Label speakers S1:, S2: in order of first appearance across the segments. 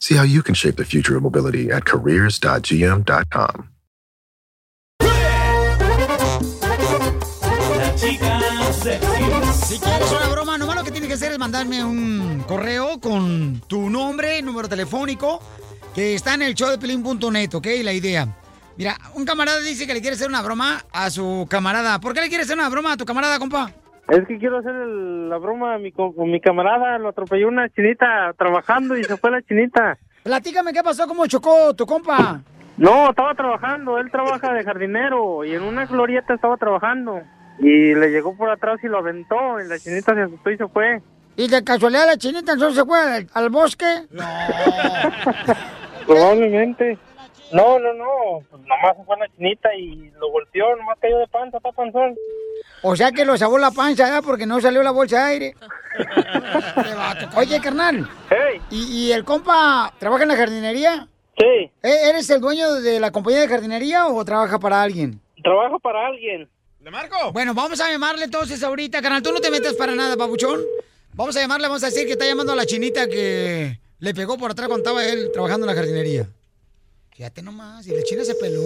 S1: See how you can shape the future of mobility at careers.gm.com.
S2: La chica sexy.
S3: Si quieres una broma, nomás lo que tienes que hacer es mandarme un correo con tu nombre, número telefónico, que está en el show de pelín.net, ¿ok? La idea. Mira, un camarada dice que le quiere hacer una broma a su camarada. ¿Por qué le quiere hacer una broma a tu camarada, compa?
S4: Es que quiero hacer el- la broma a mi, co- con mi camarada. Lo atropelló una chinita trabajando y se fue la chinita.
S3: Platícame qué pasó, cómo chocó tu compa.
S4: No, estaba trabajando. Él trabaja de jardinero y en una glorieta estaba trabajando. Y le llegó por atrás y lo aventó. Y la chinita se asustó y se fue.
S3: Y de casualidad la chinita entonces se fue al, al bosque.
S4: Probablemente. No, no, no. Pues nomás se fue la chinita y lo golpeó. Nomás cayó de panza, está panzón.
S3: O sea que lo sabó la pancha, ¿verdad? Porque no salió la bolsa de aire. Qué vato. Oye, carnal.
S4: ¡Hey!
S3: ¿Y, y el compa trabaja en la jardinería?
S4: Sí,
S3: ¿E- ¿Eres el dueño de la compañía de jardinería o trabaja para alguien?
S4: trabajo para alguien.
S5: ¿Le marco?
S3: Bueno, vamos a llamarle entonces ahorita, carnal. Tú no te metas para nada, babuchón. Vamos a llamarle, vamos a decir que está llamando a la chinita que le pegó por atrás cuando estaba él trabajando en la jardinería. Fíjate nomás, y la china se peló.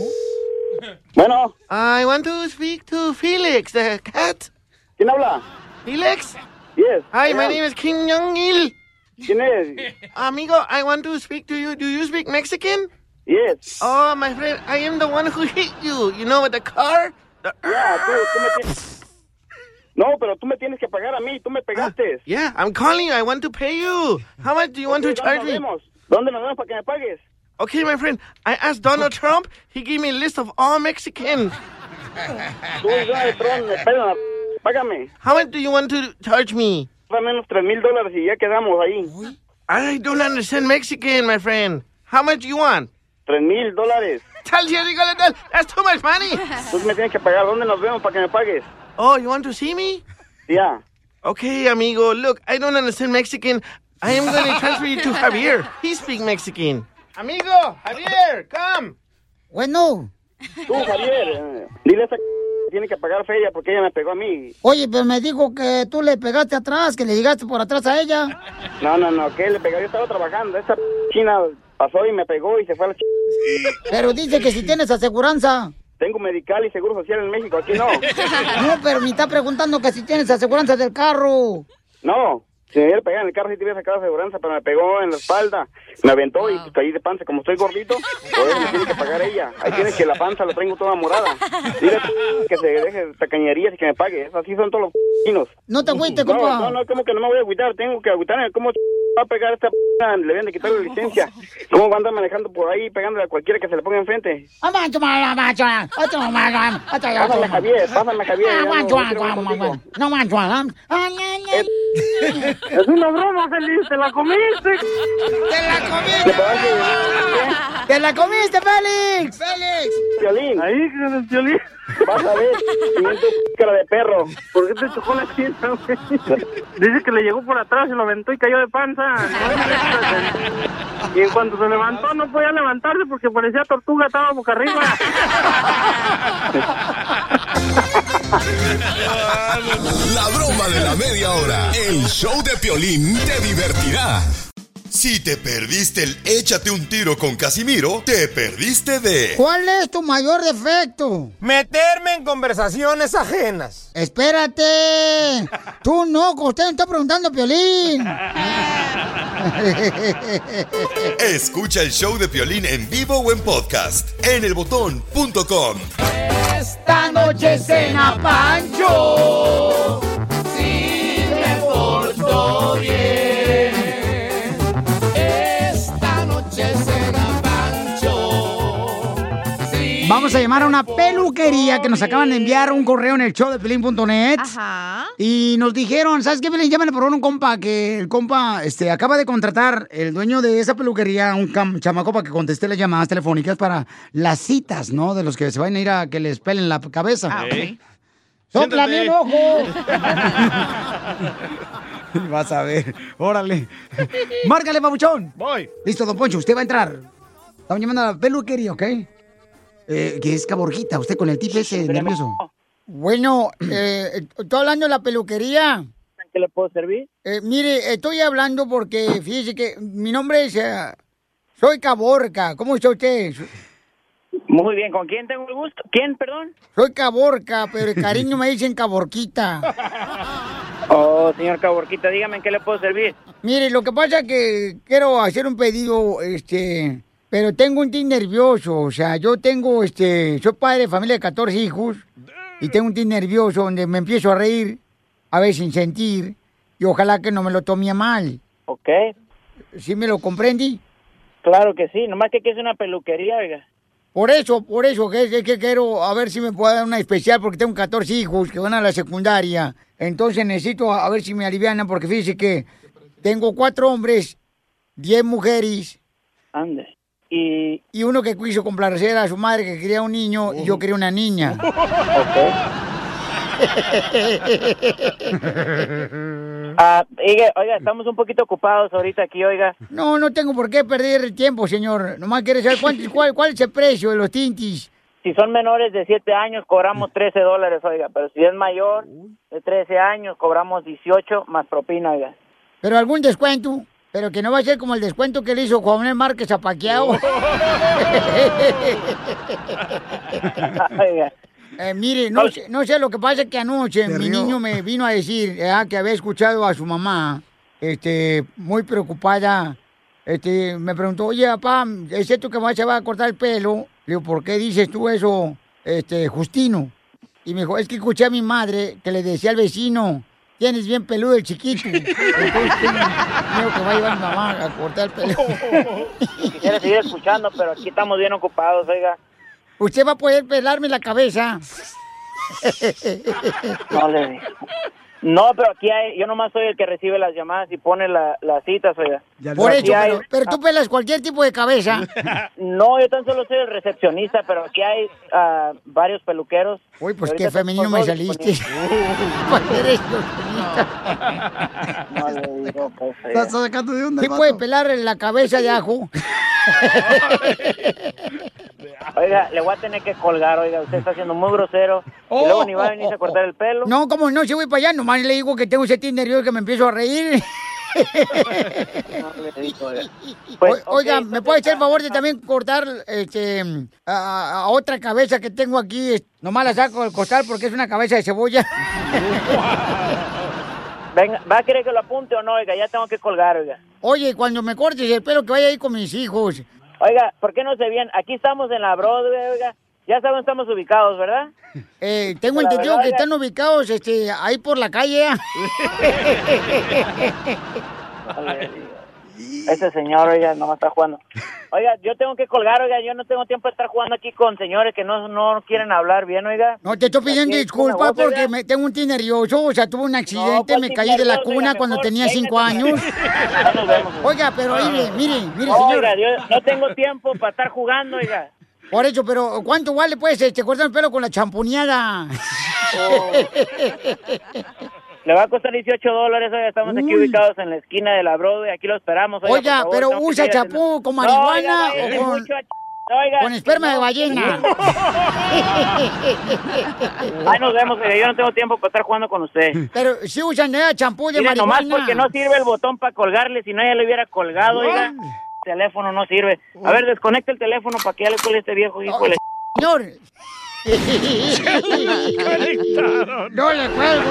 S4: Bueno,
S6: I want to speak to Felix, the cat.
S4: ¿quién habla?
S6: Felix?
S4: Yes.
S6: Hi, my name is Kim Jong Il.
S4: ¿Quién es?
S6: Amigo, I want to speak to you. Do you speak Mexican?
S4: Yes.
S6: Oh, my friend, I am the one who hit you. You know, with the car? The...
S4: Ya, tú, tú me tienes... No, pero tú me tienes que pagar a mí, tú me pegaste.
S6: Ah, Yeah, I'm calling you. I want to pay you. How much do you want to
S4: ¿Dónde
S6: charge
S4: nos
S6: me?
S4: vemos? ¿Dónde nos vemos para que me pagues?
S6: Okay, my friend, I asked Donald Trump. He gave me a list of all Mexicans.
S4: Tú y Donald Trump me pegan la... Págame.
S6: How much do you want to charge me?
S4: Dame unos tres mil dólares y ya quedamos ahí.
S6: I don't understand Mexican, my friend. How much do you want?
S4: Tres mil dólares.
S6: Tell you, you gotta tell. That's too much money.
S4: Tú me tienes que pagar. ¿Dónde nos vemos para que me pagues?
S6: Oh, you want to see me?
S4: Ya.
S6: Okay, amigo. Look, I don't understand Mexican. I am going to transfer you to Javier. He speaks Mexican. Amigo, Javier, come.
S3: Bueno,
S4: Tú, Javier, eh, dile a esa c- que tiene que pagar feria porque ella me pegó a mí.
S3: oye, pero me dijo que tú le pegaste atrás, que le llegaste por atrás a ella.
S4: No, no, no, que le pegó. Yo estaba trabajando. Esa p- china pasó y me pegó y se fue a la ch...
S3: Pero dice que si tienes aseguranza.
S4: Tengo medical y seguro social en México. Aquí no.
S3: No, pero me está preguntando que si tienes aseguranza del carro.
S4: No, si me hubiera pegado en el carro sí te hubiera sacado aseguranza, pero me pegó en la espalda, me aventó
S6: Ah.
S4: y caí de panza. Como estoy gordito, por eso me tiene que pagar ella. Ahí tienes que la panza la tengo toda morada. Dile que se deje de tacañerías y que me pague. Así son todos los chinos.
S3: No te fuiste, compa.
S4: No, no, no, como que no me voy a agüitar, tengo que agüitarme. ¿Cómo va a pegar esta p***? Le deben de quitar la licencia. ¿Cómo va a andar manejando por ahí pegándole a cualquiera que se le ponga enfrente?
S2: eh.
S4: Pásame a Javier, pásame a
S2: Ah,
S4: Javier. ya no- no quiero hablar contigo.
S3: ¿ah?
S4: Es una broma, feliz, te la comiste.
S3: ¡Te la
S4: Te
S3: comiste!
S4: pagaste ¿eh?
S3: ¡Te la comiste, Félix! ¡Félix!
S4: Violín. Ahí, con el violín. Vas a ver, tienes tu cara de perro. ¿Por qué te chocó la tienda, güey? Dice que le llegó por atrás y lo aventó y cayó de panza. Y en cuanto se levantó, no podía levantarse porque parecía tortuga, estaba boca arriba.
S7: La broma de la media hora. Eh, El show de Piolín te divertirá. Si te perdiste el Échate un tiro con Casimiro, te perdiste de...
S3: ¿Cuál es tu mayor defecto?
S5: Meterme en conversaciones ajenas.
S3: Espérate. Tú no, usted me está preguntando, Piolín.
S7: Escucha el show de Piolín en vivo o en podcast en elbotón.com.
S8: Esta noche cena Pancho.
S2: Si me porto bien. Esta noche será Pancho.
S8: Vamos a llamar a una peluquería que nos acaban de enviar un correo en el show de Pelín.net.
S9: Ajá.
S8: Y nos dijeron, ¿sabes qué, Pelín? Llámale por favor a un compa que el compa este, acaba de contratar el dueño de esa peluquería, un cam- chamaco para que conteste las llamadas telefónicas para las citas, ¿no? De los que se van a ir a que les pelen la cabeza.
S2: Ah,
S3: Ah,
S8: ¡Sóplame un ojo! Vas a ver, órale. Márcale, papuchón. Voy. Listo, don Poncho, usted va a entrar. Estamos llamando a la peluquería, ¿ok? Eh, que es caborjita, usted con el tip ese nervioso.
S3: Bueno, eh, estoy hablando de la peluquería. ¿Qué le puedo servir? mire, estoy hablando porque fíjese que mi nombre es. eh, soy Caborca. ¿Cómo está usted?
S5: Muy bien, ¿con quién tengo el gusto? ¿Quién, perdón?
S3: Soy Caborca, pero de cariño me dicen Caborquita.
S5: Oh, señor Caborquita, dígame en qué le puedo servir.
S3: Mire, lo que pasa es que quiero hacer un pedido, este. Pero tengo un tic nervioso. O sea, yo tengo, este. Soy padre de familia de 14 hijos. Y tengo un tic nervioso donde me empiezo a reír, a veces sin sentir. Y ojalá que no me lo tome a mal.
S5: Ok.
S3: ¿Sí me lo comprendí?
S5: Claro que sí, nomás que aquí es una peluquería, oiga.
S3: Por eso, por eso, que es, es que quiero a ver si me puede dar una especial porque tengo 14 hijos que van a la secundaria. Entonces necesito a, a ver si me alivianan porque fíjese que tengo cuatro hombres, 10 mujeres.
S5: Ande. Y...
S3: uno que quiso complacer a su madre que quería un niño y
S5: Oh.
S3: yo quería una niña.
S5: Ah, oiga, oiga, estamos un poquito ocupados ahorita aquí, oiga.
S3: No, no tengo por qué perder el tiempo, señor. Nomás quiero saber cuánto- cuál, cuál es el precio de los tintis.
S5: Si son menores de 7 años, cobramos 13 dólares, oiga. Pero si es mayor de 13 años, cobramos 18 más propina, oiga.
S3: Pero algún descuento, pero que no va a ser como el descuento que le hizo Juan Manuel Márquez a Paquiao. Eh, mire, no, sé, no sé lo que pasa es que anoche mi niño me vino a decir eh, que había escuchado a su mamá, este, muy preocupada, este, me preguntó, oye papá, ¿es cierto que mamá se va a cortar el pelo? Le digo, ¿por qué dices tú eso, este, Justino? Y me dijo, es que escuché a mi madre que le decía al vecino, tienes bien peludo el chiquito. Entonces, creo que va a llevar mi mamá a cortar el pelo.
S5: Quisiera seguir escuchando, pero aquí estamos bien ocupados, oiga.
S3: Usted va a poder pelarme la cabeza.
S5: No, le digo. no, pero aquí hay, yo nomás soy el que recibe las llamadas y pone la- las citas, oiga.
S3: Por
S5: Aquí
S3: eso,
S5: hay- ah.
S3: pero, pero tú pelas cualquier tipo de cabeza.
S5: No, yo tan solo soy el recepcionista, pero aquí hay ah, varios peluqueros.
S3: Uy, pues
S5: Ahorita
S3: qué
S5: están
S3: femenino me
S5: todos
S3: saliste.
S5: disponibles.
S3: Eres
S5: No, le digo, pues, oiga.
S3: Estás sacando de onda. ¿Sí puede pelar la cabeza de ajo?
S5: Oiga, le voy a tener que colgar, oiga, usted está siendo muy grosero. y luego ni va a venirse a cortar el pelo.
S3: No, como no, si voy para allá, nomás le digo que tengo ese tic nervioso que me empiezo a reír.
S5: No, le digo, oiga.
S3: O- Oiga, ¿me puede hacer el favor de también cortar este, a, a otra cabeza que tengo aquí? Es- Nomás la saco del costal porque es una cabeza de cebolla.
S5: Venga, ¿va a querer que lo apunte o no, oiga? Ya tengo que colgar, oiga.
S3: Oye, cuando me cortes el pelo que vaya ahí con mis hijos.
S5: Oiga, ¿por qué no se vienen? Aquí estamos en la Broadway, oiga. Ya saben, estamos ubicados, ¿verdad?
S3: Eh,
S5: La
S3: tengo entendido
S5: verdad,
S3: que
S5: oiga.
S3: están ubicados este, ahí por la calle. ¿ah?
S5: Ese señor, oiga, no me está jugando. Oiga, yo tengo que colgar, oiga, yo no tengo tiempo de estar jugando aquí con señores que no, no quieren hablar bien, oiga.
S3: No, te estoy pidiendo
S5: Aquí es un
S3: disculpas
S5: negocio,
S3: porque
S5: oiga.
S3: me, tengo un tic nervioso, o sea, tuve un accidente,
S5: ¿cuál
S3: me
S5: tic
S3: caí de la
S5: pues nervioso?
S3: cuna
S5: Oiga,
S3: cuando
S5: mejor
S3: tenía cinco
S5: véngase
S3: años.
S5: Ahí nos vemos, oiga.
S3: Oiga, pero mire, mire, mire,
S5: Oiga, yo
S3: señor.
S5: no tengo tiempo para estar jugando, oiga.
S3: Por eso, pero ¿cuánto vale pues este cortar el pelo con la champuñada?
S5: Oh. Le va a costar 18 dólares, oiga, estamos aquí ubicados en la esquina de la Broadway, aquí lo esperamos, oiga.
S3: Oiga,
S5: por favor,
S3: pero
S5: tengo que
S3: usa
S5: seguir
S3: chapú
S5: atendiendo.
S3: con
S5: No,
S3: marihuana
S5: oiga, váyase
S3: o con,
S5: mucho a ch- oiga.
S3: con esperma de ballena.
S5: Ahí nos vemos, oiga, yo no tengo tiempo para estar jugando con usted.
S3: Pero si usan eh, champú de
S5: Mire, nomás
S3: marihuana.
S5: porque no sirve el botón para colgarle, si no ya le hubiera colgado, oiga. El teléfono no sirve. A ver, desconecta el teléfono para que ya le cuele este viejo hijo. de la-
S3: Señor,
S5: ¡No le cuelgo!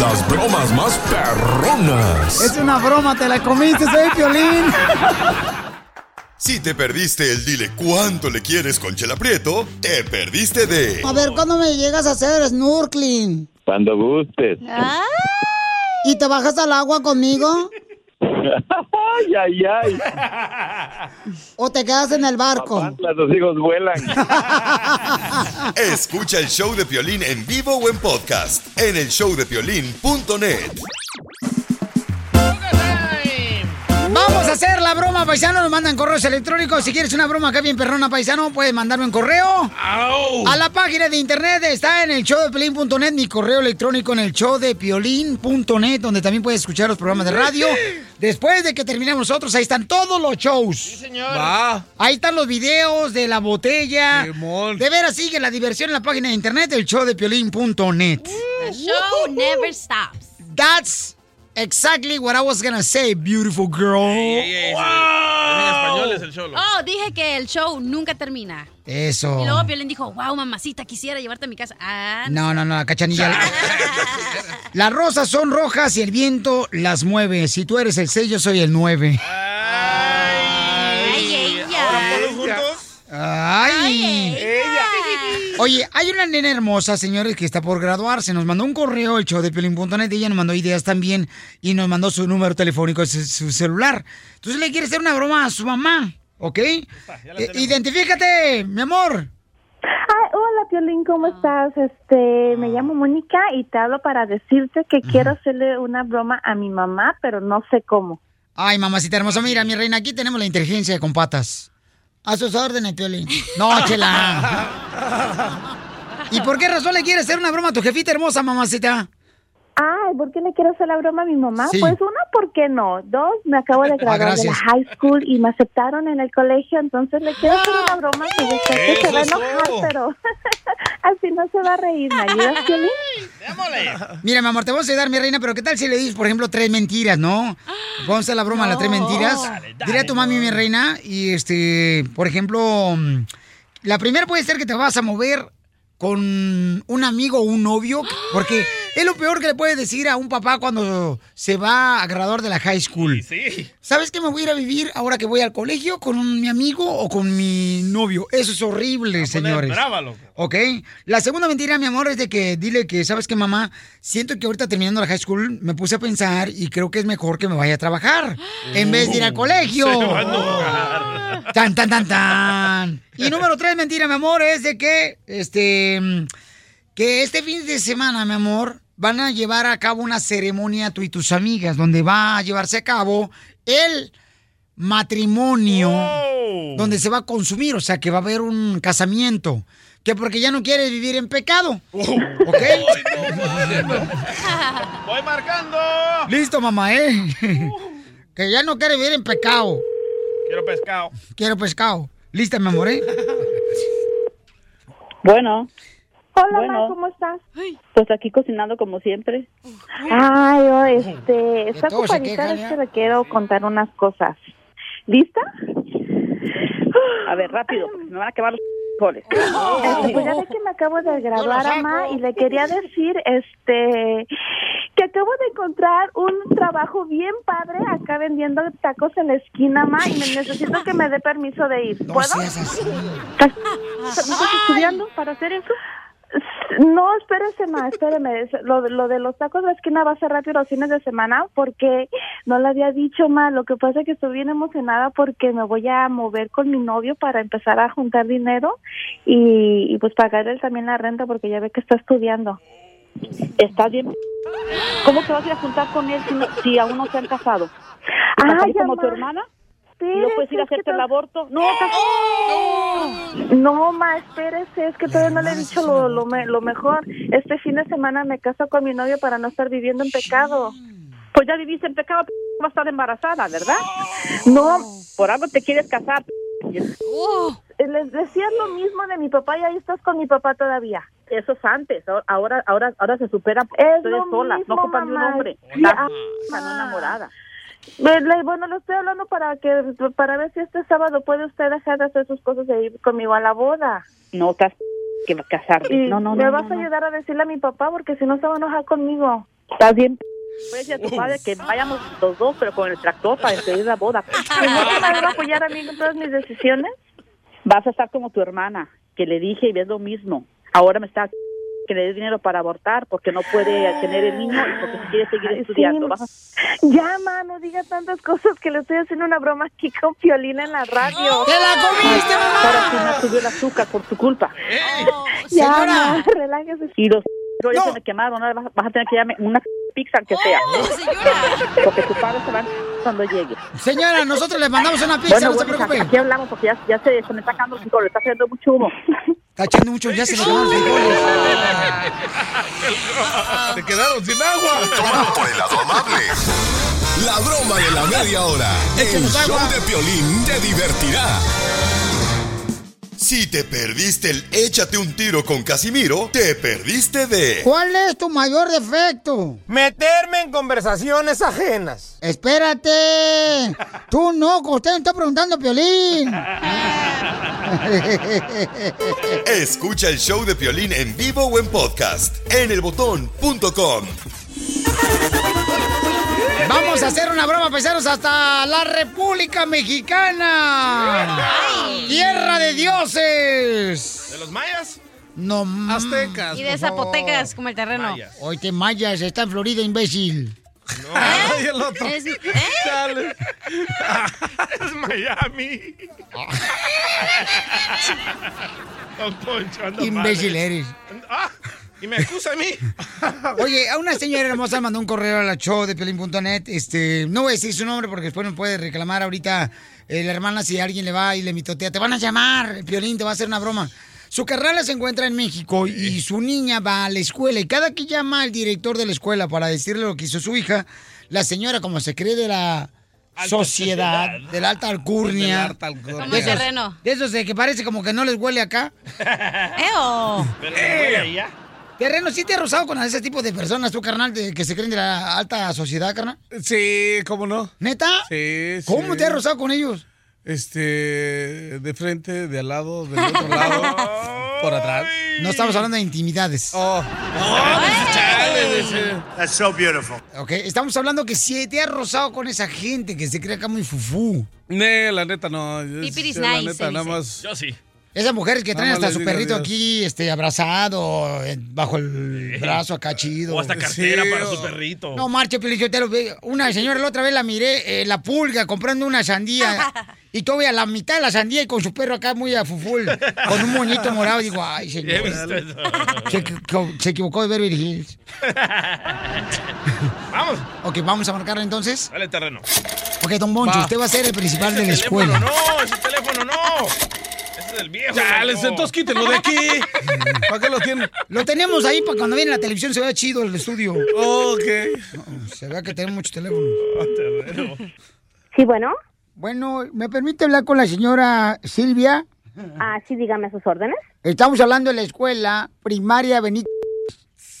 S7: Las bromas más perronas.
S5: Es una broma, te la comiste, soy violín.
S7: Si te perdiste el dile cuánto le quieres con Chela Prieto, te perdiste de
S10: A ver, ¿cuándo me llegas a hacer snorkeling?
S11: Cuando gustes.
S10: ¿Y te bajas al agua conmigo?
S11: Ay, ay, ay.
S10: ¿O te quedas en el barco?
S11: Las dos hijos vuelan.
S7: Escucha el show de Piolín en vivo o en podcast en el showdepiolín.net.
S3: Vamos a hacer la broma, paisano. Nos mandan correos electrónicos. Si quieres una broma acá bien perrona, paisano, puedes mandarme un correo. A la página de internet está en el showdepiolín.net, mi correo electrónico en el showdepiolín.net, donde también puedes escuchar los programas de radio. Después de que terminemos nosotros, ahí están todos los shows. señor.
S2: Va.
S3: Ahí están los videos de la botella. De veras, sigue la diversión en la página de internet, el showdepiolín.net.
S12: The show never stops.
S3: That's exactly what I was gonna say, beautiful girl.
S12: español es el show. Oh, dije que el show nunca termina.
S3: Eso.
S12: Y luego Violín dijo, wow, mamacita, quisiera llevarte a mi casa. Ah,
S3: No, no, no, la cachanilla. Las rosas son rojas y el viento las mueve. Si tú eres el 6, yo soy el 9.
S12: ay, ay, ay. Ah.
S3: Ay. Oye, hay una nena hermosa, señores, que está por graduarse. Nos mandó un correo el show de Piolín.net y ella nos mandó ideas también y nos mandó su número telefónico, su, su celular. Entonces le quiere hacer una broma a su mamá, ¿ok? Eh, identifícate, mi amor.
S13: Ah, hola, Piolín, ¿cómo estás? Este, me llamo Mónica y te hablo para decirte que quiero hacerle una broma a mi mamá, pero no sé cómo.
S3: Ay, mamacita hermosa, mira, mi reina, aquí tenemos la inteligencia con patas. A sus órdenes, Piolín. No, chela. ¿Y por qué razón le quieres hacer una broma a tu jefita hermosa, mamacita?
S13: Ay, ¿por qué le quiero hacer la broma a mi mamá?
S3: Sí.
S13: Pues uno, ¿por qué no? Dos, me acabo de graduar de la
S3: gracias.
S13: high school y me aceptaron en el colegio, entonces le quiero hacer
S2: Ah.
S13: una broma que yo sé que se va
S3: Eso
S13: a
S3: es
S13: enojar,
S3: todo.
S13: pero así no se va a reír, ¿me ayudas, Piolín?
S3: Mira, mi amor, te vamos a ayudar, mi reina, pero ¿qué tal si le dices, por ejemplo, tres mentiras, no? Vamos a hacer la broma a las tres mentiras. Dile a tu mami, mi reina, y este, por ejemplo, mm, la primera puede ser que te vas a mover con un amigo o un novio, porque es lo peor que le puedes decir a un papá cuando se va a graduar de la high school. ¿Sabes que me voy a ir a vivir ahora que voy al colegio con un- mi amigo o con mi novio? Eso es horrible, señores.
S2: brava, loco.
S3: ¿Ok? La segunda mentira, mi amor, es de que dile que, ¿sabes qué, mamá? Siento que ahorita terminando la high school me puse a pensar y creo que es mejor que me vaya a trabajar en vez de ir al colegio.
S2: Oh. Mm. Se va a enojar.
S3: Tan, tan, tan, tan. Y número tres, mentira, mi amor, es de que, este, mm, que este fin de semana, mi amor, van a llevar a cabo una ceremonia tú y tus amigas, donde va a llevarse a cabo el matrimonio,
S14: Oh.
S3: donde se va a consumir, o sea, que va a haber un casamiento, que porque ya no quieres vivir en pecado,
S14: Oh.
S3: ¿ok?
S2: Voy marcando.
S3: Listo, mamá, ¿eh? que ya no quiere vivir en pecado.
S14: Quiero pescado.
S3: Quiero pescado. Lista, me amor, ¿eh?
S15: Bueno.
S13: Hola,
S15: Bueno.
S13: ma, ¿cómo estás?
S15: Pues aquí cocinando como siempre.
S13: Ay, oh, este, está
S15: todo se
S13: ocupadita,
S15: quejan,
S13: es
S15: ya.
S13: que le quiero contar unas cosas. ¿Lista?
S15: A ver, rápido, porque se me van a quemar los frijoles.
S13: Este, pues ya ve que me acabo de graduar,
S15: saco.
S13: mamá, y le quería decir, este, que acabo de encontrar un trabajo bien padre acá vendiendo tacos en la esquina, mamá, y me- necesito que me dé permiso de ir. ¿Puedo? ¿Estás estás estudiando para hacer eso? No, espérese, ma, espéreme. Es- Lo, de- lo de los tacos de la esquina va a ser rápido los fines de semana porque no le había dicho, ma. Lo que pasa es que estoy bien emocionada porque me voy a mover con mi novio para empezar a juntar dinero y, y, pues pagar él también la renta porque ya ve que está estudiando.
S15: Está bien. ¿Cómo te vas a ir a juntar con él si, no- si aún no se han casado? ¿Estás
S13: Ay,
S15: ahí como
S13: mamá.
S15: tu hermana?
S13: Espérese,
S15: ¿No puedes ir a
S13: es que
S15: hacerte el
S13: to-
S15: aborto? No, casi-
S13: ¡Eh! No, ma, espérese, es que todavía no le he dicho lo, lo, me- lo mejor. Este fin de semana me caso con mi novio para no estar viviendo en pecado.
S15: pues ya viviste en pecado, p- vas a estar embarazada, ¿verdad? No, por algo te quieres casar. p-
S13: Eh, Les decías lo mismo de mi papá y ahí estás con mi papá todavía.
S15: Eso es antes, ahora- ahora ahora ahora se supera,
S13: Es
S15: estoy
S13: lo
S15: sola,
S13: mismo,
S15: no ocupas de un
S13: mamá.
S15: hombre.
S13: Sí,
S15: Estás
S13: ah,
S15: estás enamorada.
S13: Eh, le- Bueno, lo estoy hablando para que para ver si este sábado puede usted dejar de hacer sus cosas e ir conmigo a la boda.
S15: No, estás que va a casarme.
S13: Y
S15: No, no, no.
S13: me
S15: no,
S13: vas
S15: no.
S13: a ayudar a decirle a mi papá porque si no se va a enojar conmigo.
S15: Estás bien. Pues y a tu padre que vayamos los dos, pero con el tractor para despedir la boda.
S13: ¿Y no pues te van a apoyar a mí en todas mis decisiones?
S15: Vas a estar como tu hermana, que le dije y ves lo mismo. Ahora me está que le dé dinero para abortar porque no puede tener el niño y porque se quiere seguir estudiando. Vas a-
S13: Ya, ma, no diga tantas cosas que le estoy haciendo una broma aquí con Piolina en la radio.
S15: ¡Te la comiste,
S13: mamá!
S15: Ahora sí no subió el azúcar por tu culpa.
S13: Ya,
S15: señora.
S13: ma, relájese.
S15: Y los ya se me quemaron. Ahora vas, vas a tener que darme una pizza aunque sea.
S3: ¡Oh,
S15: Porque tu padre se va cuando llegue.
S3: Señora, nosotros le mandamos una pizza, no se
S15: bueno,
S3: preocupe.
S15: Aquí hablamos porque ya, ya se, se me está cagando el picor, le está haciendo mucho humo.
S3: Está echando mucho, ya se le acabaron los frijoles.
S7: Te quedaron sin agua. Todo por el lado amable. La broma de la media hora. El Échanos show agua. de Piolín te divertirá. Si te perdiste el Échate un tiro con Casimiro, te perdiste de...
S3: ¿Cuál es tu mayor defecto?
S16: Meterme en conversaciones ajenas.
S3: Espérate. Tú no, usted me está preguntando, Piolín.
S7: Escucha el show de Piolín en vivo o en podcast en elbotón.com.
S3: Vamos a hacer una broma, paisanos, hasta la República Mexicana. ¡Tierra de dioses!
S2: ¿De los mayas?
S3: No mm.
S2: Aztecas,
S12: Y de
S3: por favor.
S12: zapotecas, como el terreno.
S3: Hoy te mayas, está en Florida, imbécil.
S2: Y el otro.
S12: Es- ¿eh?
S2: Chale. es Miami. Don Poncho, ando
S3: Imbécil
S2: mal.
S3: eres.
S2: Ah, y me acusa a mí.
S3: Oye, a una señora hermosa mandó un correo a la show de Pelín.net. Este, no voy a decir su nombre porque después me puede reclamar ahorita eh, la hermana si alguien le va y le mitotea. Te van a llamar, Piolín, te va a hacer una broma. Su carnala se encuentra en México y su niña va a la escuela. Y cada que llama al director de la escuela para decirle lo que hizo su hija, la señora, como se cree de la sociedad,
S2: sociedad.
S3: de la alta alcurnia.
S2: De la alta alcurnia. Como el
S3: esos-
S2: terreno.
S3: De esos de que parece como que no les huele acá.
S12: ¡Eo!
S2: Pero me voy allá.
S3: ¿ah? Terreno, ¿sí te has rozado con ese tipo de personas, tú, carnal, de- que se creen de la alta sociedad, carnal?
S17: Sí, ¿cómo no?
S3: ¿Neta?
S17: Sí, sí.
S3: ¿Cómo te has rozado con ellos?
S17: Este, de frente, de al lado, del otro lado, por atrás.
S3: No estamos hablando de intimidades.
S17: Oh.
S3: That's so beautiful. Ok, estamos hablando que sí te has rozado con esa gente que se cree acá muy fufú.
S17: Ne, la neta no. yo-
S3: Pipiris
S17: yo, la
S3: nice, se
S17: neta, nada
S3: dice.
S17: más. Yo sí.
S3: Esas mujeres que traen
S17: Nada
S3: hasta
S17: más les
S3: su
S17: digo
S3: perrito
S17: adiós.
S3: aquí, este, abrazado, eh, bajo el brazo acá chido.
S2: O hasta cartera para su perrito.
S3: No marche, Pelichotero. Una señora la otra vez la miré, eh, la pulga, comprando una sandía. Y todavía a la mitad de la sandía y con su perro acá muy a fuful, con un moñito morado. Digo, ay,
S2: Ya
S3: señor.
S2: viste eso.
S3: Se, equi- se equivocó de Beverly Hills.
S2: Vamos.
S3: Ok, vamos a marcarlo entonces.
S2: Dale terreno.
S3: Ok, don Moncho,
S2: Va.
S3: usted va a ser el principal de la
S2: Ese teléfono
S3: escuela.
S2: no, ese teléfono no. Ese es el viejo.
S17: Chales,
S2: loco.
S17: entonces quítenlo de aquí. ¿Para qué lo tienen?
S3: Lo tenemos ahí para cuando viene la televisión se vea chido el estudio.
S17: Ok.
S3: Se vea que tenemos muchos teléfonos.
S18: Sí, bueno.
S3: Bueno, ¿me permite hablar con la señora Silvia?
S18: Ah, sí, dígame a sus órdenes.
S3: Estamos hablando de la escuela primaria Benito.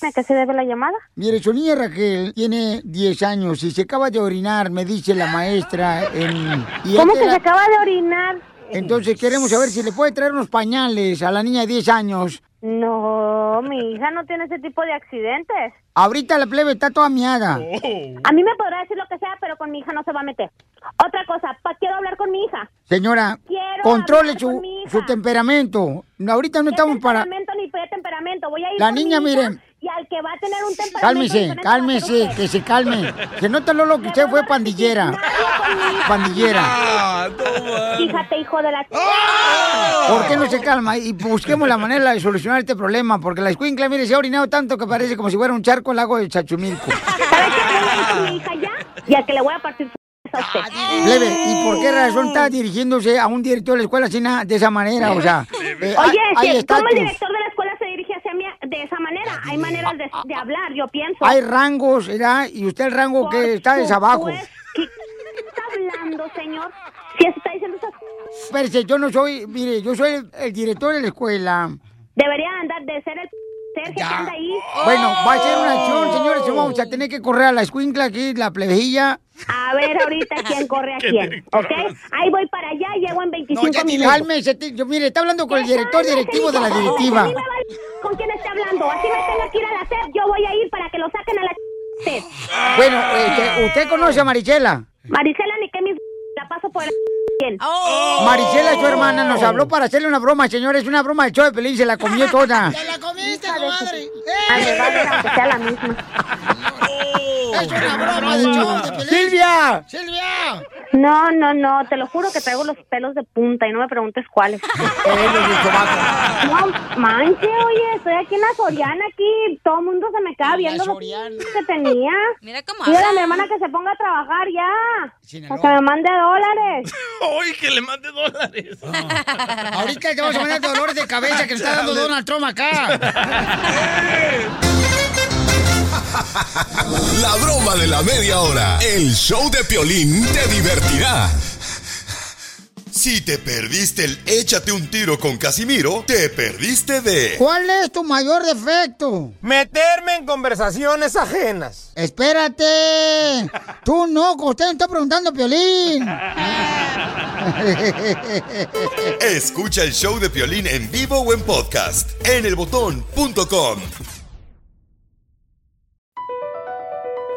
S18: ¿A qué se debe la llamada?
S3: Mire, su niña Raquel tiene 10 años y se acaba de orinar, me dice la maestra. en- y esta
S18: ¿Cómo que se
S3: era-
S18: acaba de orinar?
S3: Entonces queremos saber si le puede traer unos pañales a la niña de 10 años.
S18: No, mi hija no tiene ese tipo de accidentes.
S3: Ahorita la plebe está toda miada.
S18: A mí me podrá decir lo que sea, pero con mi hija no se va a meter. Otra cosa, pa, quiero hablar con mi hija.
S3: Señora,
S18: Quiero
S3: controle
S18: hablar
S3: su,
S18: con mi hija. Este
S3: su temperamento. No, ahorita no estamos para...
S18: Temperamento ni pe- temperamento. Voy a ir
S3: La
S18: con mi
S3: niña,
S18: hija
S3: miren.
S18: Y al que va a tener un temperamento.
S3: Cálmese,
S18: diferente va a ser
S3: cálmese,
S18: usted.
S3: que se calme. Se nota lo que usted fue pandillera. Pandillera.
S18: Fíjate, hijo de la chica.
S3: ¿Por qué no se calma? Y busquemos la manera de solucionar este problema, porque la escuincla, mire, se ha orinado tanto que parece como si fuera un charco el lago de Chachumilco.
S18: Ah, Mi hija ya. Y al que le voy a partir su c- a usted.
S3: Ah, Leve, ¿y por qué razón está dirigiéndose a un director de la escuela sin nada de esa manera? O sea, eh, hay-
S18: Oye, si
S3: hay
S18: el- ¿cómo el
S3: estatus,
S18: director de la escuela se dirige hacia mí de esa manera? Hay maneras de, de hablar, yo pienso.
S3: Ah, hay rangos, ¿verdad? Y usted el rango que está es abajo.
S18: está hablando, señor? está diciendo esas c-
S3: Espérese, yo no soy, mire, yo soy el, el director de la escuela.
S18: Debería andar de ser el Sergio, ¿qué anda ahí?
S3: Bueno, va a ser
S18: Oh.
S3: una acción, señores. y Vamos a tener que correr a la escuincla aquí, la plebejilla.
S18: A ver ahorita quién corre a quién, ¿ok? Ahí voy para allá, llego en 25
S3: No, ya ni
S18: minutos.
S3: cálmese. ti- Yo, mire, está hablando con el director
S18: Cálmese,
S3: directivo de la
S18: hijo. A
S3: directiva.
S18: mí me vale ¿Con quién está hablando? Así me tenga que ir a la SEP, yo voy a ir para que lo saquen a la SEP.
S3: Bueno, este, ¿usted conoce a Marichela?
S18: Maricela, ni que mis... La paso por el... Oh. ¿Quién?
S8: Oh.
S3: Maricela, su hermana, nos habló para hacerle una broma, señores. Una broma de show de Pelín, se la comió toda.
S8: ¡Te la comiste, comadre!
S18: Vale, vale, aunque sea la misma.
S8: ¡Es una broma de show de Pelín!
S3: ¡Silvia!
S8: ¡Silvia!
S18: No, no, no, te lo juro que traigo los pelos de punta y no me preguntes cuáles. No, manche, oye, estoy aquí en la Soriana, aquí todo el mundo se me queda viendo los que tenía.
S12: Mira cómo
S18: Dígale a mi
S12: habla.
S18: hermana que se ponga a trabajar ya, para que me mande dólares.
S2: ¡Ay, que le mande dólares!
S3: Ahorita te vamos a mandar dolores de cabeza que le está dando Donald Trump acá.
S7: La broma de la media hora. El show de Piolín te divertirá. Si te perdiste el Échate un tiro con Casimiro, te perdiste de...
S3: ¿Cuál es tu mayor defecto?
S16: Meterme en conversaciones ajenas.
S3: Espérate. Tú no, usted me está preguntando, Piolín.
S7: Escucha el show de Piolín en vivo o en podcast en elbotón.com.